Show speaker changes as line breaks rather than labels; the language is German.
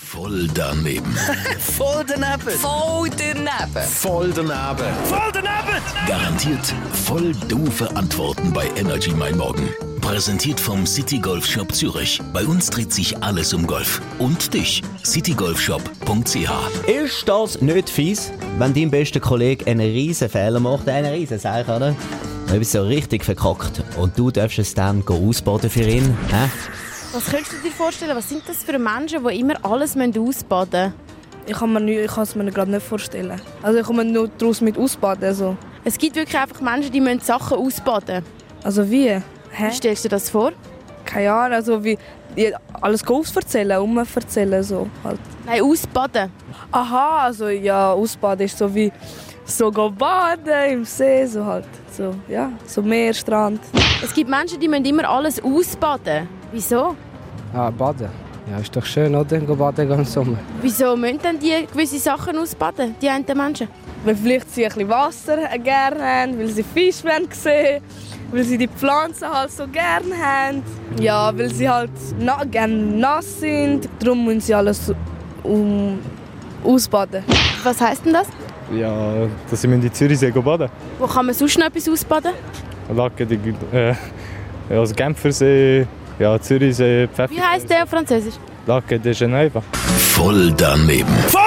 Voll daneben.
Voll daneben.
Voll daneben.
Voll daneben. Garantiert voll doofe Antworten bei Energy Mein Morgen. Präsentiert vom City Golf Shop Zürich. Bei uns dreht sich alles um Golf. Und dich, citygolfshop.ch.
Ist das nicht fies, wenn dein bester Kollege einen riesen Fehler macht, einen riesen Seich, oder? Du bist so richtig verkackt und du darfst es dann go ausbaden für ihn. Hä?
Was könntest du dir vorstellen, was sind das für Menschen, die immer alles müssen ausbaden müssen?
Ich kann mir nicht- ich kann es mir gerade nicht vorstellen. Also ich komme nur daraus mit ausbaden. Also,
Es gibt wirklich einfach Menschen, die müssen Sachen ausbaden müssen.
also wie?
Wie
Hä?
stellst du dir das vor?
Keine Ahnung, also wie ja, alles Golf erzählen, um erzählen so halt.
Nein, ausbaden.
Aha, also ja, ausbaden ist so wie so go baden im See so halt. So, ja, so Meer, Strand.
Es gibt Menschen, die müssen immer alles ausbaden. Wieso?
Ah, baden. Ja, ist doch schön, oder? Go baden gehen im Sommer.
Wieso müssen denn die gewisse Sachen ausbaden, die einen Menschen?
Weil vielleicht sie ein bisschen Wasser gerne haben, weil sie Fisch wollen sehen weil sie die Pflanzen halt so gerne haben. Ja, weil sie halt na gerne nass sind. Darum müssen sie alles um ausbaden.
Was heisst denn das?
Ja, dass ich in die Zürichsee baden
Wo kann man sonst noch etwas ausbaden?
Lacke, die, äh, also Genfersee, ja, Zürichsee, Pfeffer.
Wie heisst der auf Französisch?
Lacke de Geneva.
Voll daneben. Voll